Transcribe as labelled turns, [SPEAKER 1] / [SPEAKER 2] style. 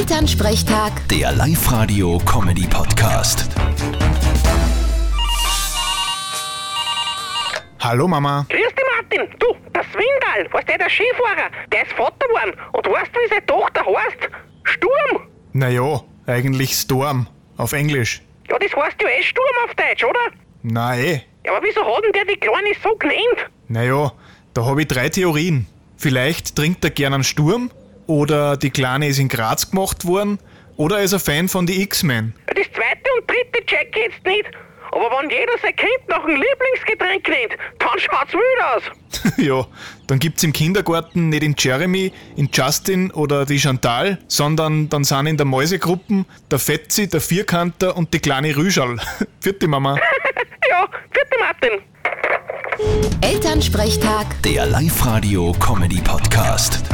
[SPEAKER 1] Elternsprechtag,
[SPEAKER 2] Der Live-Radio-Comedy-Podcast.
[SPEAKER 3] Hallo Mama.
[SPEAKER 4] Grüß dich, Martin. Du, der Swindal, weißt du, der Skifahrer, der ist Vater geworden. Und weißt du, wie seine Tochter heißt? Sturm.
[SPEAKER 3] Naja, eigentlich Storm. Auf Englisch.
[SPEAKER 4] Ja, das heißt ja eh Sturm auf Deutsch, oder?
[SPEAKER 3] Na eh.
[SPEAKER 4] Ja, aber wieso hat denn der die Kleine so genannt?
[SPEAKER 3] Naja, da habe ich drei Theorien. Vielleicht trinkt er gern einen Sturm. Oder die Kleine ist in Graz gemacht worden. Oder er ist ein Fan von die X-Men.
[SPEAKER 4] Ja, das zweite und dritte check ich jetzt nicht. Aber wenn jeder sein Kind nach dem Lieblingsgetränk nennt, dann schaut's wild aus.
[SPEAKER 3] ja, dann gibt's im Kindergarten nicht in Jeremy, in Justin oder die Chantal, sondern dann sind in der Mäusegruppen der Fetzi, der Vierkanter und die kleine Rüschal. Vierte Mama.
[SPEAKER 4] ja, vierte Martin.
[SPEAKER 1] Elternsprechtag.
[SPEAKER 2] Der Live-Radio-Comedy-Podcast.